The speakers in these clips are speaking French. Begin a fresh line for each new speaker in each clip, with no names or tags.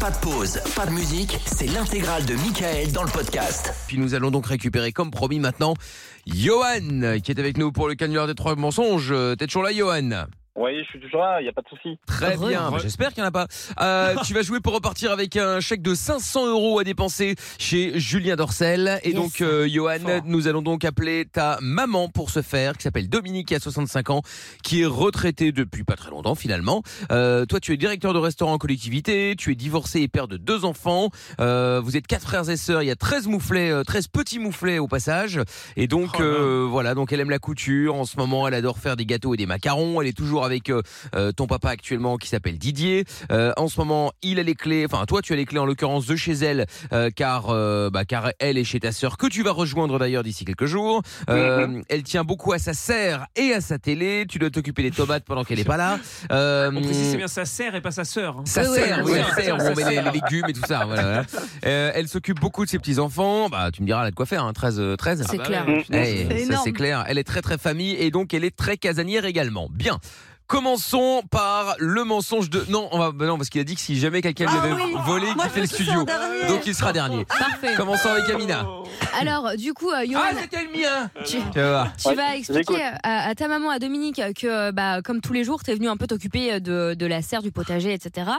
Pas de pause, pas de musique, c'est l'intégrale de Michael dans le podcast.
Puis nous allons donc récupérer, comme promis maintenant, Johan, qui est avec nous pour le canular des trois mensonges. Euh, T'es toujours là, Johan
Oui, je suis toujours là, il n'y a pas de souci.
Très
Heureux,
bien,
heureux.
bah, j'espère qu'il n'y en a pas. Euh, tu vas jouer pour repartir avec un chèque de 500 euros à dépenser chez Julien Dorcel. Et
Yes.
donc, euh, Johan,
Fort.
nous allons donc appeler ta maman pour ce faire, qui s'appelle Dominique, qui a 65 ans, qui est retraitée depuis pas très longtemps finalement. Euh, toi, tu es directeur de restaurant en collectivité, tu es divorcé et père de deux enfants. Euh, vous êtes quatre frères et sœurs, il y a 13 mouflets, euh, 13 petits mouflets au passage. Et donc,
Oh là.
euh, voilà, donc elle aime la couture. En ce moment, elle adore faire des gâteaux et des macarons. Elle est toujours avec euh, euh, ton papa actuellement qui s'appelle Didier. Euh, en ce moment, il a les clés, enfin toi tu as les clés en l'occurrence de chez elle, euh, car, euh, bah, car elle est chez ta sœur, que tu vas rejoindre d'ailleurs d'ici quelques jours. Euh,
Mhm.
Elle tient beaucoup à sa serre et à sa télé. Tu dois t'occuper des tomates pendant qu'elle n'est pas là. Euh,
On précise c'est bien sa sœur et pas sa sœur. hein.
ça
Oui, oui,
sert, oui,
oui, ça
ça sert,
sert, ça
on met les, les légumes et tout ça. voilà, voilà. Euh, elle s'occupe beaucoup de ses petits-enfants. Bah, tu me diras, elle a de quoi faire, hein, 13, euh, 13.
C'est
bah
clair.
ouais,
Mm.
Eh,
C'est
ça
énorme.
c'est clair. Elle est très très famille et donc elle est très casanière également. Bien. Commençons par le mensonge de. Non, on va... bah non parce qu'il a dit que si jamais quelqu'un lui
Ah
avait
oui.
volé, il
Moi,
quittait
je veux
le
qu'il soit
studio.
en dernier.
Donc il sera dernier.
Parfait.
Commençons avec Amina.
Alors, du coup, euh, Johan,
Ah, c'était le mien
tu,
Tu vas voir.
tu
Ouais,
vas
j'écoute.
expliquer à, à ta maman, à Dominique, que euh, bah, comme tous les jours, t'es venu un peu t'occuper euh, de, de la serre, du potager, etc.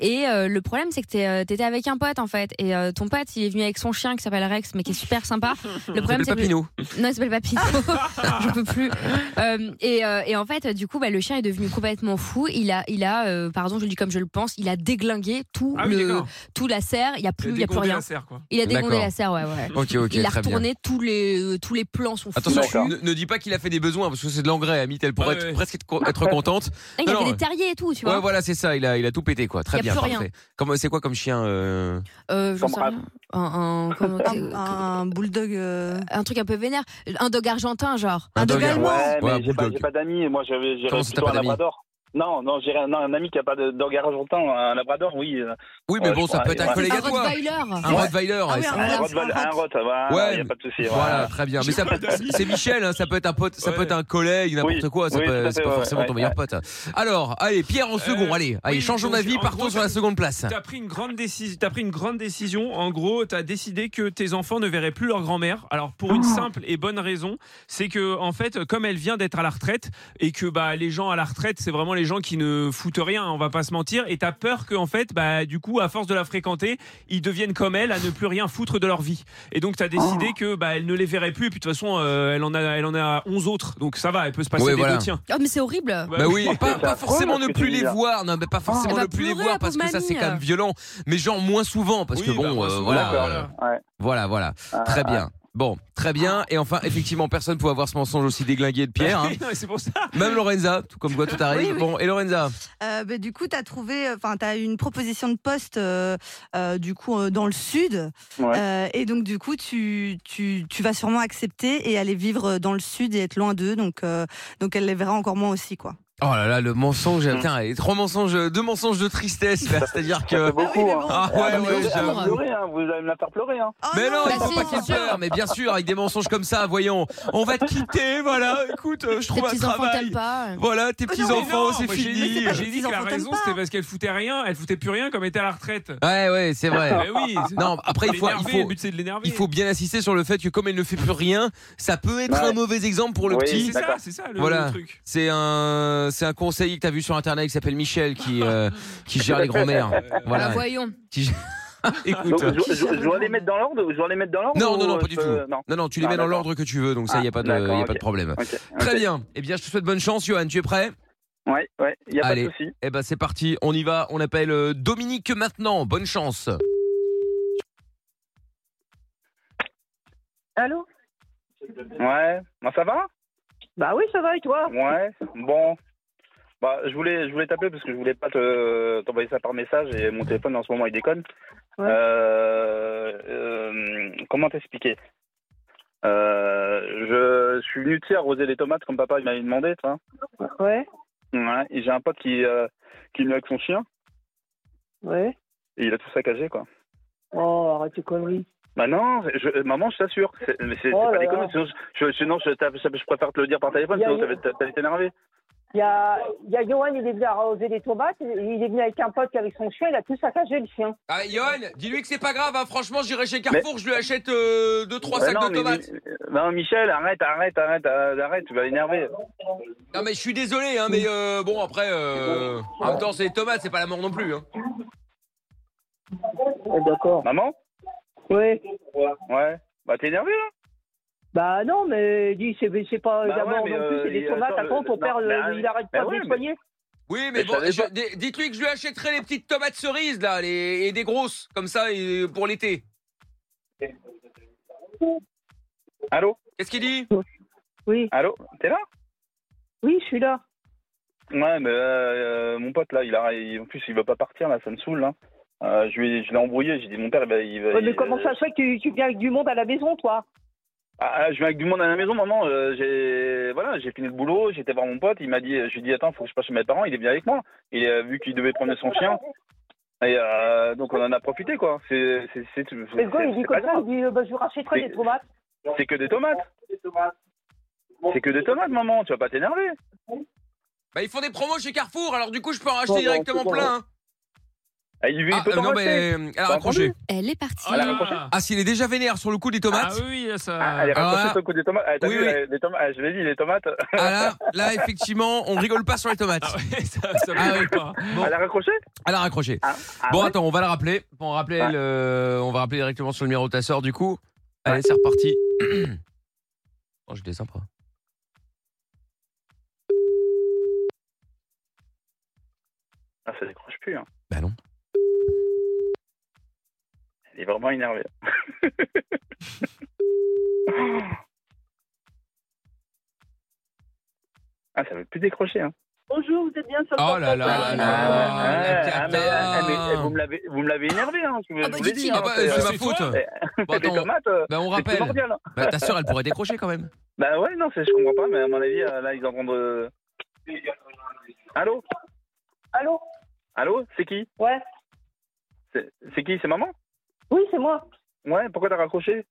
Et euh, le problème, c'est que t'es, euh, t'étais avec un pote, en fait. Et euh, ton pote, il est venu avec son chien qui s'appelle Rex, mais qui est super sympa. Le
Il s'appelle
problème, c'est que le-
Papineau.
Non, il s'appelle Papito. J'en peux plus. Euh, et, euh, et en fait, du coup, bah, le chien est devenu complètement fou. Il a, il a euh, pardon, je le dis comme je le pense, il a déglingué tout,
Ah oui,
le,
d'accord.
tout la serre. Il n'y a plus, il y a plus
dégondé
rien.
la serre, quoi.
Il a dégondé
D'accord.
la serre, ouais, ouais.
Ok, ok,
il a
très bien.
retourné tous les, euh, tous les plans sont foutus.
Attention,
D'accord.
ne, ne dis pas qu'il a fait des besoins parce que c'est de l'engrais, Amit. Elle pourrait
Ouais,
être-
ouais.
presque être, être contente.
Il
non,
avait
ouais.
des terriers et tout, tu vois.
Ouais, voilà, c'est ça. Il a, il a tout pété, quoi. Très
Y a
bien,
plus rien.
parfait. Comme- C'est quoi comme chien euh,
Euh, j'en sais
Comme
rien. Un, un- comment-
un, un bulldog. euh,
un truc un peu vénère. Un dog argentin, genre.
Un
Un
dog
dog
allemand.
allemand.
Ouais,
Ouais,
mais j'ai pas,
bulldog.
j'ai pas d'amis. Moi, j'avais- j'irais
Comment ça, t'as
plutôt
pas
un
d'amis
labrador. Non, non, j'irais non, un ami qui a pas de dog argentin, un labrador, oui. euh,
Oui, mais
Ouais,
bon,
je
ça
crois,
peut être un
ouais.
collègue
Un
à toi.
Rottweiler.
Un Rottweiler.
Ah
ouais,
oui,
ça-
un
Un
Voilà,
rot,
c'est un
un rot, voilà,
Ouais,
y a pas de souci.
Voilà, très bien. Mais ça peut- c'est Michel, hein, ça peut être un pote, ça
Ouais.
peut être un collègue, n'importe
Oui,
quoi. Ça
oui, tout
peut,
à
c'est
fait,
pas
ouais,
forcément ton
ouais,
meilleur
ouais.
pote. Alors, allez, Pierre en second.
Euh,
allez, allez,
oui,
changeons
donc,
d'avis,
en
partons
gros,
sur la
t'as-
seconde
Ah.
place.
T'as pris une grande décision. T'as pris une grande décision. En gros, t'as décidé que tes enfants ne verraient plus leur grand-mère. Alors pour
Ah.
une simple et bonne raison, c'est que en fait, comme elle vient d'être à la retraite et que bah les gens à la retraite, c'est vraiment les gens qui ne foutent rien. On va pas se mentir. Et t'as peur que en fait, bah du coup, à force de la fréquenter, ils deviennent comme elle, à ne plus rien foutre de leur vie. Et donc t'as décidé
Ah.
que bah elle ne les verrait plus. Et puis de toute façon, euh, elle en a, elle en a 11 autres. Donc ça va, elle peut se passer
Oui,
des
voilà.
deux tiens.
Oh, mais c'est horrible.
Bah oui, pas,
c'est
pas
affreux,
forcément
ce que
ne
tu
plus
dis
les
là.
voir, non, mais pas forcément
Elle
ne
va
plus les
pleurer,
voir
la
parce que
pauvre
ça c'est quand même
mamie.
violent, mais genre moins souvent parce
Oui,
que
bah,
bon,
moins
euh,
souvent,
voilà,
d'accord.
euh,
Ouais.
voilà, voilà,
Ah,
très bien. Bon, très bien. Et enfin, effectivement, personne ne peut avoir ce mensonge aussi déglingué de Pierre. hein.
Non, mais c'est pour ça.
Même Lorenza, tout comme quoi tout arrive.
Oui, oui.
Bon, et Lorenza,
euh, bah, du coup, tu as trouvé, enfin, tu as une proposition de poste euh, euh, du coup euh, dans le sud,
Ouais.
Euh, et donc du coup, tu, tu, tu vas sûrement accepter et aller vivre euh, dans le sud et être loin d'eux, donc euh, donc elle les verra encore moins aussi, quoi.
oh là là, le mensonge,
Mm.
putain, et trois mensonges, deux mensonges de tristesse là, c'est-à-dire
Ça
que
fait beaucoup, hein.
ah
Ah,
ouais ouais,
mais vous allez me
j'avoue.
j'avoue.
pleurer, hein, vous allez me la faire pleurer. Hein.
Oh
Mais non,
Bah
il faut
si,
pas qu'il
c'est
pleure,
sûr.
mais bien sûr, avec des mensonges comme ça, voyons, on va te quitter, voilà, écoute, euh, je
Tes
trouve un
petits enfants
travail.
t'aiment pas.
Voilà, tes
Mais
petits
non, mais
enfants,
non,
c'est
moi, j'ai-
fini.
mais c'est pas
J'ai dit
Ils
que
en
la
font
raison
pas.
c'était parce qu'elle foutait rien, elle foutait plus rien comme elle était à la retraite.
Ouais, ouais, c'est vrai.
Eh oui. c'est-
Ah. Non, après, il faut, il
L'énerver,
faut,
le but c'est de l'énerver.
il faut bien insister sur le fait que comme elle ne fait plus rien, ça peut être
Ouais.
un mauvais exemple pour le
Oui.
petit.
C'est ça,
D'accord.
c'est ça le,
Voilà.
le truc.
C'est un, c'est un conseiller que t'as vu sur internet qui s'appelle Michel qui, euh, qui gère les
Euh,
grands-mères.
Bah,
Voilà.
voyons.
Qui gère-
Donc,
ah.
Écoute.
je, je- je dois les mettre dans l'ordre Je dois les mettre dans l'ordre
Non, non,
ou,
non,
euh,
pas du
je peux-
tout.
Non.
Non, non, tu les
Ah,
mets dans
d'accord.
l'ordre que tu veux, donc ça, il
Ah,
n'y a, pas de,
d'accord,
y a pas
ok.
de problème.
Ok, ok.
Très bien. Eh bien, je te souhaite bonne chance, Johan. Tu es prêt
Ouais, ouais, il n'y a
Allez.
pas de souci.
Eh ben, c'est parti. On y va. On appelle euh, Dominique maintenant. Bonne chance.
Allô
Ouais, bah, ça va
Bah oui, ça va et toi
Ouais, bon. Bah, je voulais, je voulais t'appeler parce que je voulais pas te t'envoyer ça par message et mon téléphone en ce moment il déconne.
Ouais.
Euh, euh, comment t'expliquer Euh, Je suis venu tu sais, arroser les tomates comme papa il m'avait demandé, tu vois.
Ouais,
Ouais, et j'ai un pote qui, euh, qui est venu avec son chien
ouais.
et il a tout saccagé quoi.
Oh, arrête tes conneries.
Bah non, je, maman, je t'assure, c'est mais c'est- c'est
Oh
pas
là
déconnant,
là.
sinon je, je- sinon je, t'app- je préfère te le dire par téléphone,
Y a-
sinon
y a-
t'allais t'énerver.
Il y a, il y a Johan, il est venu arroser des tomates, il est venu avec un pote qui est avec son chien, il a tout saccagé le chien.
Ah, Yohan, dis-lui que c'est pas grave, hein, franchement, j'irai chez Carrefour, je lui achète 2 deux, trois
Ouais,
sacs
non,
de
mais-
tomates.
mais- non, Michel, arrête, arrête, arrête, arrête, arrête, tu vas l'énerver.
Non, mais je suis désolé, hein, mais euh, bon, après, euh, en même temps, c'est les tomates, c'est pas la mort non plus. Hein.
Ouais, D'accord.
Maman
Oui.
Ouais. Bah, t'es énervé, là
Bah non, mais dis, c'est c'est pas
Bah
d'abord
ouais, mais,
non plus,
euh,
c'est des
il-
tomates.
attends,
Attends, ah,
le-
ton
non,
père, le-
mais-
il arrête
mais
pas de
ouais,
les
mais-
soigner.
Oui, mais
Mais
bon,
je savais
je-
pas.
d- dites-lui que je lui achèterai les petites tomates cerises, là, les- et des grosses, comme ça, et euh, pour l'été.
Allô
Qu'est-ce qu'il dit
Oui,
Allô T'es là
oui, je suis là.
Ouais, mais euh, euh, mon pote, là, il a, il- en plus, il veut pas partir, là, ça me saoule, là. Euh, je lui ai- je l'ai embrouillé, j'ai dit, mon père, bah, il va...
Ouais, mais
il-
comment ça se fait que tu, tu viens avec du monde à la maison, toi
Ah, ah, je viens avec du monde à la maison, maman. euh, j'ai voilà, j'ai fini le boulot, j'étais voir mon pote. Il m'a dit, je lui ai dit, attends, faut que je passe chez mes parents. Il est venu avec moi. Il a vu qu'il devait prendre son chien. Et euh, donc on en a profité quoi. C'est c'est c'est c'est-
Mais le gars, il
c'est
dit
pas
comme ça,
grave.
il dit, euh, bah, je vous rachèterai
C'est-
des tomates.
C'est que des tomates. C'est que des tomates, maman. Tu vas pas t'énerver.
Bah, ils font des promos chez Carrefour, alors du coup, je peux en racheter
Bon, bon,
directement
c'est bon.
plein. hein.
Ah, Il, il
Ah,
peut
euh,
t'en
non,
rester.
mais euh,
Bah,
elle a
T'as
raccroché.
entendu
Elle est partie.
Ah, la
Ah.
prochaine.
Ah, s'il est déjà vénère sur le coup des
Ah
tomates,
oui, oui, ça.
Ah, elle est raccrochée
Ah.
sur le coup des tomates. Ah, t'as
Oui,
vu,
oui.
la- les tomates. Ah, je l'ai dit, les tomates.
ah là, là, effectivement, on rigole pas sur les tomates.
Ah ouais, ça, ça
Ah
me
oui.
plaît pas.
Bon.
Elle a raccroché.
Elle a raccroché.
Ah, ah
Bon,
ouais
attends, on va le rappeler. Bon, on, rappelle,
Ouais.
euh, on va rappeler directement sur le numéro de ta sœur, du coup. Allez, c'est reparti. oh, j'étais sympa.
Ah, ça décroche plus. Hein.
Bah non.
Elle est vraiment énervée. ah, ça veut plus décrocher. Hein.
Bonjour, vous êtes bien sur
Oh là là là
Ah,
là.
ah,
la
mais, ah, mais, vous
cata.
me l'avez- vous me l'avez énervé. Hein, je vous,
Ah,
je
bah,
vous l'ai dit.
dis-t-il.
Ah
Hein,
bah,
c'est,
c'est
euh,
ma
c'est
faute.
toi.
Bon,
c'est des
attends,
tomates. euh,
bah, on
c'est
rappelle.
primordial.
Bah, ta sœur, elle pourrait décrocher quand même.
Bah ouais, non, c'est, je comprends pas, mais à mon avis, euh, là, ils entendent. euh, Allô
Allô
Allô C'est qui
Ouais.
c'est, c'est qui C'est maman
Oui, c'est moi.
Ouais, pourquoi t'as raccroché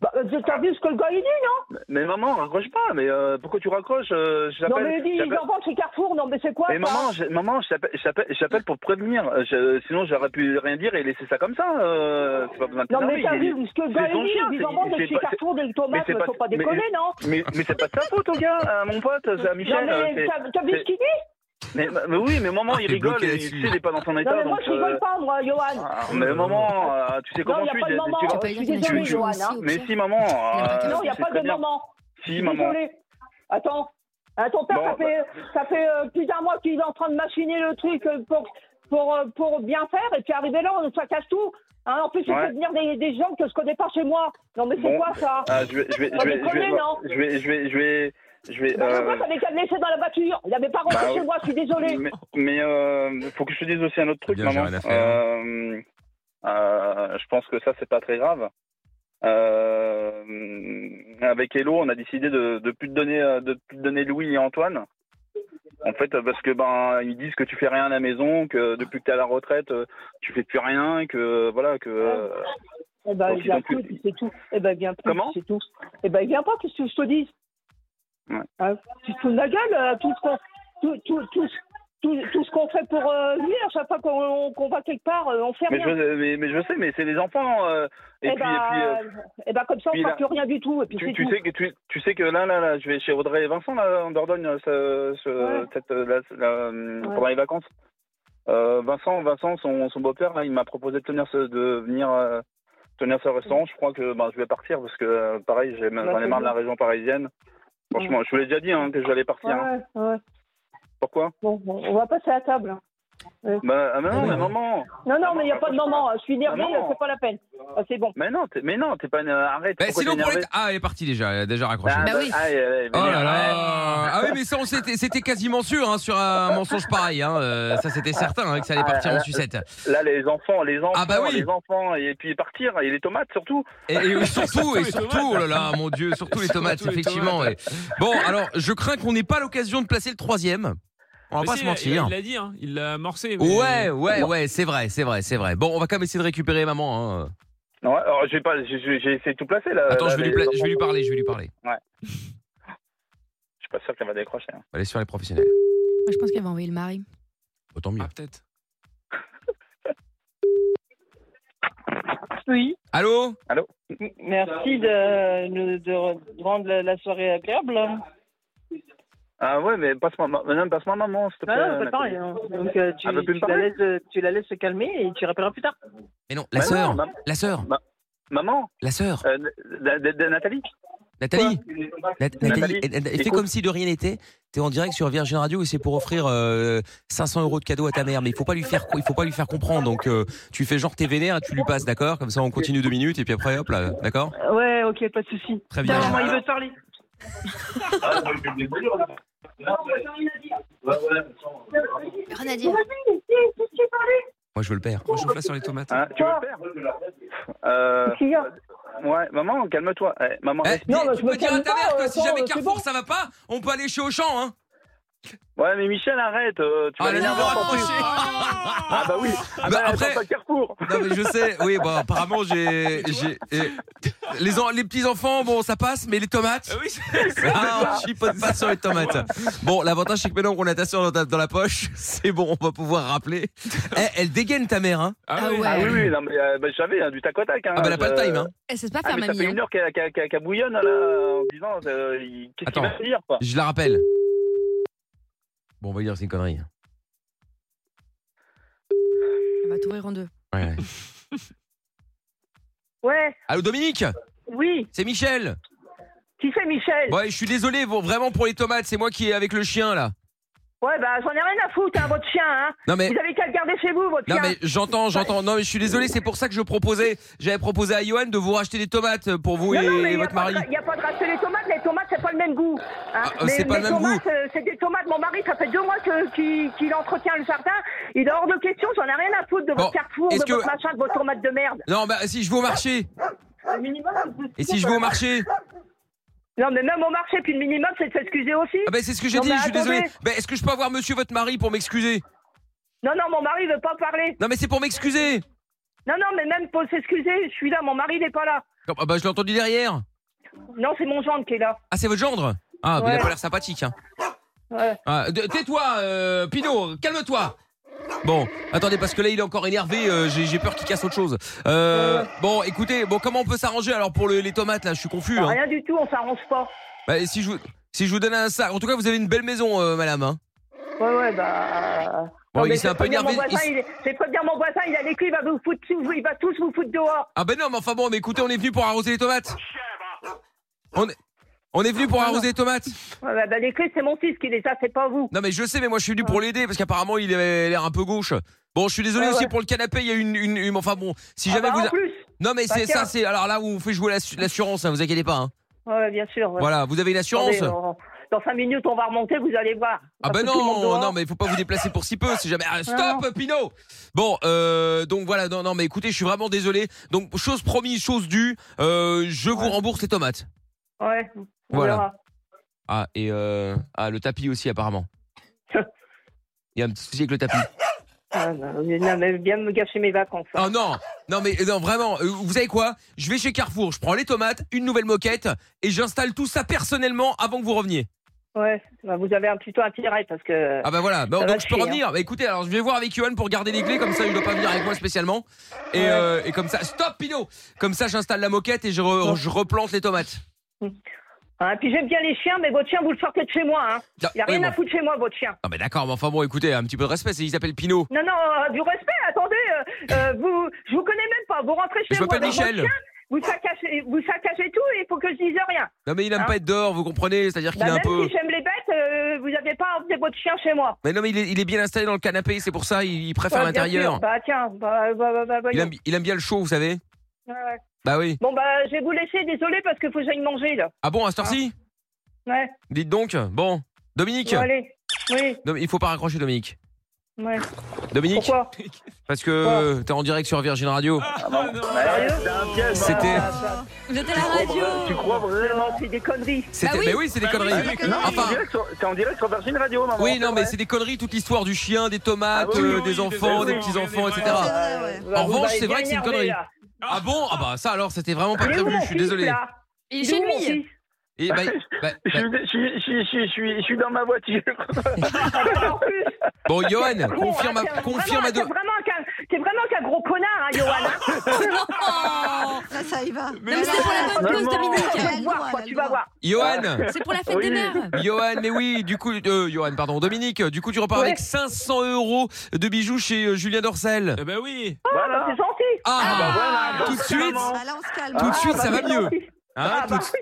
Bah, euh, t'as vu ce que le gars, il dit
Mais maman, raccroche pas. Mais euh, pourquoi tu raccroches euh, je
Non,
t'appelle-
mais il dit,
j'appelle-
ils en vendent chez Carrefour, non, mais c'est quoi
Mais
ça
maman, je, maman, je t'appelle- je t'appelle- je t'appelle pour te prévenir. Euh, je- sinon, j'aurais pu rien dire et laisser ça comme ça. euh, c'est pas besoin de
Non, mais
t'énerver,
t'as
il est-
vu ce que le
c'est
gars,
son
il
chien,
dit, ils en
c'est-
vendent
c'est
chez
pas-
Carrefour des tomates,
c'est pas-
faut pas
mais-
déconner, non
mais, mais c'est pas de ta faute, au gars, euh, mon pote, c'est à
Non,
Michel. euh, c'est-
mais t'as- t'as vu
c'est-
ce qu'il dit
mais, mais oui, mais maman,
Ah,
il
t'es
rigole.
bloqué
et
là-dessus.
tu sais, il est pas dans son état.
Non, mais moi,
donc,
je rigole
euh,
pas, moi, Johan.
ah, mais maman, euh, tu sais
Non,
comment
il
je suis.
n'y a pas de
tu-
maman.
tu-
Tu peux
Je
dire
suis
qu'il y en a
désolée,
qui
Johan.
jouent
hein.
aussi.
Mais si, maman. euh,
Non, il n'y a
tu sais
pas
très
de
bien.
maman. Je
Si,
suis
maman. bah,
désolée. Attends, Hein, ton père,
Bon,
ça, fait, ça fait euh, plus d'un mois qu'il est en train de machiner le truc euh, pour, pour, euh, pour bien faire, et puis arrivé là, on ça casse tout. Hein, en plus, il
Ouais.
fait venir des, des gens que je connais pas chez moi. Non, mais c'est
Bon.
quoi ça
Ah, je vais, je vais,
Non,
je vais,
mais
je vais,
prenez, non.
je vais, je vais, je vais, je vais.
Bah,
euh,
Le gars, t'avais qu'à le laisser dans la voiture. Il n'avait pas rentré
Bah,
chez
oui.
moi, je suis désolée.
Mais, mais, euh, faut que je te dise aussi un autre truc,
Bien, j'ai
maman.
rien à faire. hein.
Euh, euh, je pense que ça, c'est pas très grave. Euh, avec Hello, on a décidé de, de plus te donner, euh, de plus te donner Louis et Antoine. En fait, euh, parce que ben ils disent que tu fais rien à la maison, que depuis que t'es à la retraite, euh, tu fais plus rien, que voilà, que euh,
Eh ben,
donc,
il
ils
vient
ont
plus,
plus-
puis c'est tout. Eh ben, il vient plus,
Comment
puis c'est tout. Eh ben, il vient pas, qu'est-ce que je te dis
Ouais.
Hein, Tu te fous de la gueule, euh, tout ce qu'on tout, tout, tout, tout, tout ce qu'on fait pour euh, lui, à chaque fois qu'on qu'on va quelque part, euh, on fait
Mais je,
rien.
mais, mais je sais, mais c'est les enfants. euh, et,
eh
puis, et
ben,
puis, euh,
eh ben, comme ça, on
puis
ne
là-
plus rien du tout, et puis c'est
tu, tu
tout.
sais que tu, tu sais que là, là, là, je vais chez Audrey et Vincent là, en Dordogne euh, ce- ce-
Ouais.
cette- euh, la- la- pendant les vacances. Euh, Vincent, Vincent, son, son beau-père, là, il m'a proposé de tenir ce, de venir euh, tenir ce restaurant. Je crois que bah, je vais partir parce que euh, pareil, j'ai-
Mm. Bah,
j'en ai
c'est Mm.
marre de la région parisienne. Franchement, je vous l'ai déjà dit hein, que j'allais partir.
Ouais,
hein.
ouais.
Pourquoi
Bon, bon, on va passer à table. hein.
Bah ah, mais non,
oui.
mais maman.
Non, non, mais il n'y a pas de moment. hein. Je suis énervée,
Ah, non.
c'est pas la peine. Ah, c'est bon.
Mais non, t'es, mais non, t'es pas une... euh, arrête.
Bah,
pourquoi
sinon,
t'es
pour les...
énervée
Ah, elle est partie déjà, elle a déjà raccroché.
Ah,
Bah oui.
ah, elle- elle est
Oh là
vénère,
là
ouais.
Ah oui, mais ça, on s'était- c'était quasiment sûr hein, sur un mensonge pareil. Hein. euh, ça, c'était certain hein, que ça allait partir en sucette.
Ah, Là, les enfants, les enfants,
bah oui.
les enfants, et puis partir, et les tomates surtout.
Et, et surtout,
Surtout
et
les
surtout,
tomates.
oh là là, mon Dieu, surtout les
Surtout
tomates,
les
effectivement.
tomates.
ouais. Bon, alors, je crains qu'on n'ait pas l'occasion de placer le troisième. On va
Mais
pas
si,
se
il a-
mentir.
Il l'a dit, hein, il l'a amorcé. mais-
Ouais, ouais, ouais, c'est vrai, c'est vrai, c'est vrai. Bon, on va quand même essayer de récupérer maman. hein.
Non, alors, j'ai pas, j'ai- j'ai j'ai essayé de tout placer là.
Attends,
Là,
je vais, lui
les
pla-
enfants.
je vais lui parler, je vais lui parler.
Je sais pas sûr qu'elle va décrocher. hein.
Allez sur les professionnels.
Moi, je pense qu'elle va envoyer le mari.
Autant mieux.
Ah, peut-être.
Oui,
Allô
m- merci de, nous- de re- de rendre la la soirée agréable.
Ah ouais, mais passe-moi, ma- madame, passe-moi maman, s'il te
Ah,
plaît.
bah,
Non, non, c'est
Nathalie.
pas
hein.
rien. Donc euh, tu,
Elle veut Ah, plus me
tu la
parler
laisses, euh, tu la laisses se calmer et tu rappelleras plus tard.
Mais non, la
Bah non,
sœur,
mam-
la sœur,
maman,
la sœur,
euh, de- de- de- Nathalie.
Nathalie. Nat- Nathalie,
Nathalie,
elle- elle- elle fait
écoute.
comme si de rien n'était. T'es en direct sur Virgin Radio et c'est pour offrir euh, 500 euros de cadeau à ta mère. Mais il faut pas lui faire, il faut pas lui faire comprendre. Donc euh, tu fais genre t'es vénère, et tu lui passes, d'accord Comme ça on continue deux minutes et puis après hop là, d'accord
Ouais, ok, pas de souci.
Très
Tiens,
bien.
Bah,
maman, il veut te parler.
Ah, bah,
Rien à dire.
Moi je veux le père.
On chauffe là sur les tomates.
Hein, tu veux le faire euh, Ouais, maman, calme-toi. Eh, maman,
Eh,
Non, mais
tu
je me
peux dire à
calme
ta mère
pas,
que
euh,
si
attends,
jamais
euh,
Carrefour
c'est
ça va pas, on peut aller chez Auchan, hein
Ouais, mais Michel, arrête. euh, tu
Ah,
vas
elle est
l'énerver
vraiment
encore plus.
accrochée.
Ah bah oui. Ah
Bah,
bah,
après-
après pas Carrefour.
Non mais je sais, oui, bah apparemment j'ai, j'ai eh, les, en- les petits enfants, bon ça passe, mais les tomates.
Ah oui, c'est-
Ah, on chipote pas sur les tomates. Bon, l'avantage c'est que maintenant qu'on a ta soeur dans, ta- dans la poche, c'est bon, on va pouvoir rappeler. Eh, elle dégaine ta mère, hein
Ah ouais.
Ah oui, oui, non, mais, euh, bah, je savais, hein, du tac au tac. Hein,
Ah bah elle a pas le
je-
time, hein
Elle sait pas
Ah,
faire
mais ça
mamie.
fait
hein.
une heure qu'elle qu'elle- qu'elle- qu'elle bouillonne là, en disant euh, il- qu'est-ce qu'il
Attends.
va dire quoi.
Je la rappelle. Bon, on va lui dire c'est une connerie. hein.
Elle va t'ouvrir en deux.
Ouais, ouais.
Ouais,
Allô Dominique,
oui.
c'est Michel.
Qui c'est Michel
Ouais, je suis désolé, bon, vraiment pour les tomates, c'est moi qui est avec le chien là.
Ouais, bah j'en ai rien à foutre, hein, votre chien. Hein.
Non mais
Vous avez qu'à le garder chez vous, votre
Eh. Non
chien.
mais j'entends, j'entends. Non mais je suis désolé, c'est pour ça que je proposais, j'avais proposé à Johan de vous racheter des tomates pour vous
Non,
et,
non, mais
et
y a
votre
pas
mari.
de- y a pas de racheter les tomates, les tomates, c'est pas le même goût. hein.
Ah, euh,
Les-
c'est pas le
les
même
tomates, euh, c'est des tomates. Mon mari, ça fait deux mois que- qu'il qu'il entretient le jardin. Il est hors de question, j'en ai rien à foutre de
Bon,
votre carrefour, de
est-ce que-
votre machin, de vos tomates de merde.
Non bah si je vais au marché. Et si je vais au marché
Non, mais même au marché, puis le minimum, c'est de s'excuser aussi.
Ah bah c'est ce que j'ai
Non,
dit,
mais
je suis
attendez.
désolé. Bah est-ce que je peux avoir monsieur votre mari pour m'excuser
Non, non, mon mari veut pas parler.
Non mais c'est pour m'excuser.
Non, non, mais même pour s'excuser, je suis là, mon mari n'est pas là.
Ah bah je l'ai entendu derrière.
Non, c'est mon gendre qui est là.
Ah c'est votre gendre Ah mais il a
Ouais.
pas l'air sympathique hein.
Ouais.
Ah, de- Tais-toi euh, Pino, calme-toi. Bon, attendez parce que là il est encore énervé, euh, j'ai j'ai peur qu'il casse autre chose. Euh, Bon, écoutez, bon comment on peut s'arranger alors pour le- les tomates là Je suis confus. hein.
Rien du tout, on s'arrange pas.
Bah, et si je vous si je vous donne un sac, en tout cas vous avez une belle maison, euh, madame. hein.
Ouais, ouais, bah.
Bon,
Non,
il
mais
s'est
c'est
un peu
prévenir
énervé.
mon voisin,
il-
il est- C'est prévenir mon voisin, il a les clés, il va vous foutre, sous- il va tous vous foutre dehors.
Ah ben non, mais enfin bon, mais écoutez, on est venu pour arroser les tomates. On est on est venu pour arroser les tomates.
Ouais, bah, bah, les clés, c'est mon fils qui les a, c'est pas vous.
Non mais je sais, mais moi je suis venu pour l'aider parce qu'apparemment il avait l'air un peu gauche. Bon, je suis désolé
Ouais,
aussi
ouais.
pour le canapé. Il y a une, une, une- enfin bon, si jamais
Ah, bah,
vous,
En plus,
non mais c'est
tiens.
ça, c'est alors là où on fait jouer l'assu- l'assurance, hein, vous inquiétez pas. hein.
ouais, bien sûr. ouais.
Voilà, vous avez une assurance.
Attendez, on- Dans 5 minutes, on va remonter, vous allez voir.
Ah ben
Parce que tout le monde
non,
dehors.
non mais il faut pas vous déplacer pour si peu, c'est jamais. Ah,
Non,
stop, Pinot. Bon, euh, donc voilà, non, non, mais écoutez, je suis vraiment désolé. Donc chose promise, chose due, euh, je vous rembourse les tomates.
Ouais. on
Voilà.
verra.
Ah et euh, ah le tapis aussi apparemment. Il y a un petit souci avec le tapis.
Ah, non, mais- non, mais bien me gâcher mes vacances. hein.
Oh non, non mais non vraiment. euh, Vous savez quoi Je vais chez Carrefour, je prends les tomates, une nouvelle moquette et j'installe tout ça personnellement avant que vous reveniez.
Ouais, bah, vous avez un petit peu un tirail parce que.
Ah bah voilà. Bon,
Ça va hein.
donc je peux
chier,
revenir. Bah, écoutez, alors je vais voir avec Johan pour garder les clés, comme ça il doit pas venir avec moi spécialement. Et,
Ouais.
euh, et comme ça, stop Pino. Comme ça, j'installe la moquette et je, re- je replante les tomates.
Hein, puis j'aime bien les chiens, mais votre chien, vous le sortez de chez moi. Hein.
Ah,
Il a
oui,
rien
bon.
à foutre chez moi, votre chien.
Ah bah d'accord, mais enfin bon, écoutez, un petit peu de respect, c'est- il s'appelle Pino.
Non, non, euh, du respect, attendez, euh, euh, vous, je vous connais même pas. Vous rentrez chez
je
moi
m'appelle
avec votre
Michel.
chien, vous saccagez, vous saccagez tout et il faut que je dise rien.
Non mais il aime
Hein
pas être dehors, vous comprenez C'est-à-dire qu'il
Bah,
est un
même
peu.
si j'aime les bêtes, euh, vous n'avez pas emmené votre chien chez moi.
Mais non mais il est, il est bien installé dans le canapé, c'est pour ça il, il préfère
Ouais, bien sûr.
l'intérieur.
Bah tiens, bah, bah, bah, bah,
Il
voyons.
aime, il aime bien le chaud, vous savez.
Ouais, ouais.
Bah oui.
Bon, bah, je vais vous laisser, désolé, parce qu'il faut que j'aille manger, là.
Ah bon, à cette heure-ci
Ouais,
Dites donc. Bon, Dominique.
bon, allez. Oui,
Dom- Il faut pas raccrocher Dominique.
ouais.
Dominique,
Pourquoi
parce que t'es en direct sur Virgin Radio.
Ah,
maman.
non.
Ouais, c'est un
hein.
piège. maman.
Ah,
C'était-
Vous êtes à la
Oh,
radio.
bah,
Tu crois vraiment
C'est des conneries.
C'était,
Bah oui.
mais oui, c'est des
Bah oui,
conneries.
c'est des
Non,
conneries.
Enfin,
t'es en direct sur- t'es en direct sur Virgin Radio, maman.
oui,
c'est
non, mais
vrai.
c'est des conneries toute l'histoire du chien, des tomates,
Ah oui,
euh,
oui,
des
des
enfants, des
enfants,
petits enfants,
oui,
etc.
oui,
Ah, ouais, ouais.
Bah,
En
vous
revanche,
allez
c'est vrai
bien
que c'est une
énerver,
connerie.
là.
Ah bon Ah bah ça alors, c'était vraiment pas
Il est où,
prévu.
mon
Je suis
fils,
désolé.
là
Il est
Il est
chez
où, mon
lui.
fils
Et bah, bah,
Je
bah,
suis- je suis- je suis- je suis- je suis dans ma voiture.
En plus,
bon, Johan,
Bon,
confirme,
hein,
à-
t'es
confirme
vraiment-
à deux.
T'es vraiment qu'un- t'es vraiment qu'un gros connard, hein, Johan. hein.
Non,
Ça, ça y va.
mais c'est pour la bonne cause,
Vraiment.
Ah,
Tu
bah,
Dominique.
vas le voir, toi, tu vas voir.
Johan,
C'est pour la fête des
Oui.
mères.
Johan, mais oui, du coup, euh, Johan, pardon, Dominique, du coup, tu repars
Ouais.
avec 500 euros de bijoux chez euh, Julien Dorsel.
Eh ben oui.
Voilà.
C'est gentil.
Ah,
bah
Ah,
voilà,
tout de
donc,
suite.
clairement.
Bah, là, on se calme.
Tout de
Ah,
suite,
bah,
ça va
c'est
mieux.
gentil.
Hein,
Ah,
tout
bah
de-
oui.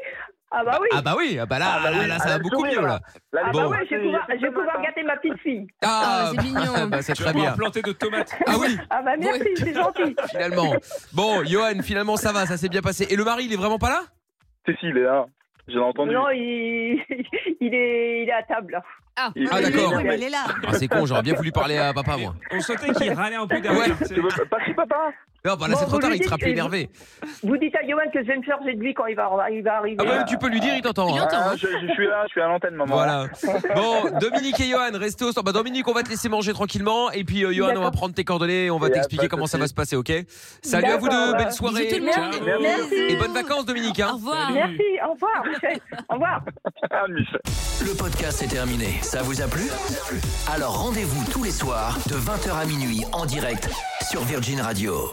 Ah bah oui.
Ah bah oui, ah bah là,
Ah bah
là,
oui,
là,
ah,
ça va
le
beaucoup
sourire,
mieux là.
là.
Ah
Bon.
bah oui, je vais pouvoir, je vais pouvoir gâter ma petite fille.
Ah, c'est mignon.
bah, c'est
Tu
très
vas pouvoir
bien.
planter de tomates.
Ah oui,
Ah bah merci,
Ouais.
c'est gentil.
finalement. Bon, Johan, finalement ça va, ça s'est bien passé. Et le mari, il est vraiment pas là
Si, si, il est là. Je l'ai hein, entendu.
Non, il, il, est, il est à table.
Il-
Ah,
oui,
d'accord.
oui, mais Elle est là.
Ah, c'est con, j'aurais bien voulu parler à papa moi.
On sentait qu'il râlait un peu derrière. tu sais.
Tu veux pas chez papa
Non, bah là
Bon,
c'est trop
vous
tard,
lui
il sera
dites
plus
que-
énervé.
Vous dites à Johan que je vais me charger de lui quand il va, il va arriver.
Ah bah tu peux lui dire, il t'entend.
Il
hein.
entend,
Ah,
hein.
je, je suis là, je suis à l'antenne, maman.
Voilà. Bon, Dominique et Johan, restez au stand. Bah, Dominique, on va te laisser manger tranquillement. Et puis, euh, Johan, on va
D'accord.
prendre tes coordonnées. On va
Et
t'expliquer
pas de
comment ça
soucis.
va se passer, ok Salut à vous
D'accord,
deux.
ouais.
Belle soirée.
Bisous tout le monde.
Ciao.
Merci.
Et bonnes vacances, Dominique.
Au
Hein.
revoir.
Merci, au revoir, Michel. Au revoir.
Ah, Michel.
Le podcast est terminé. Ça vous a plu Alors rendez-vous tous les soirs de 20h à minuit en direct sur Virgin Radio.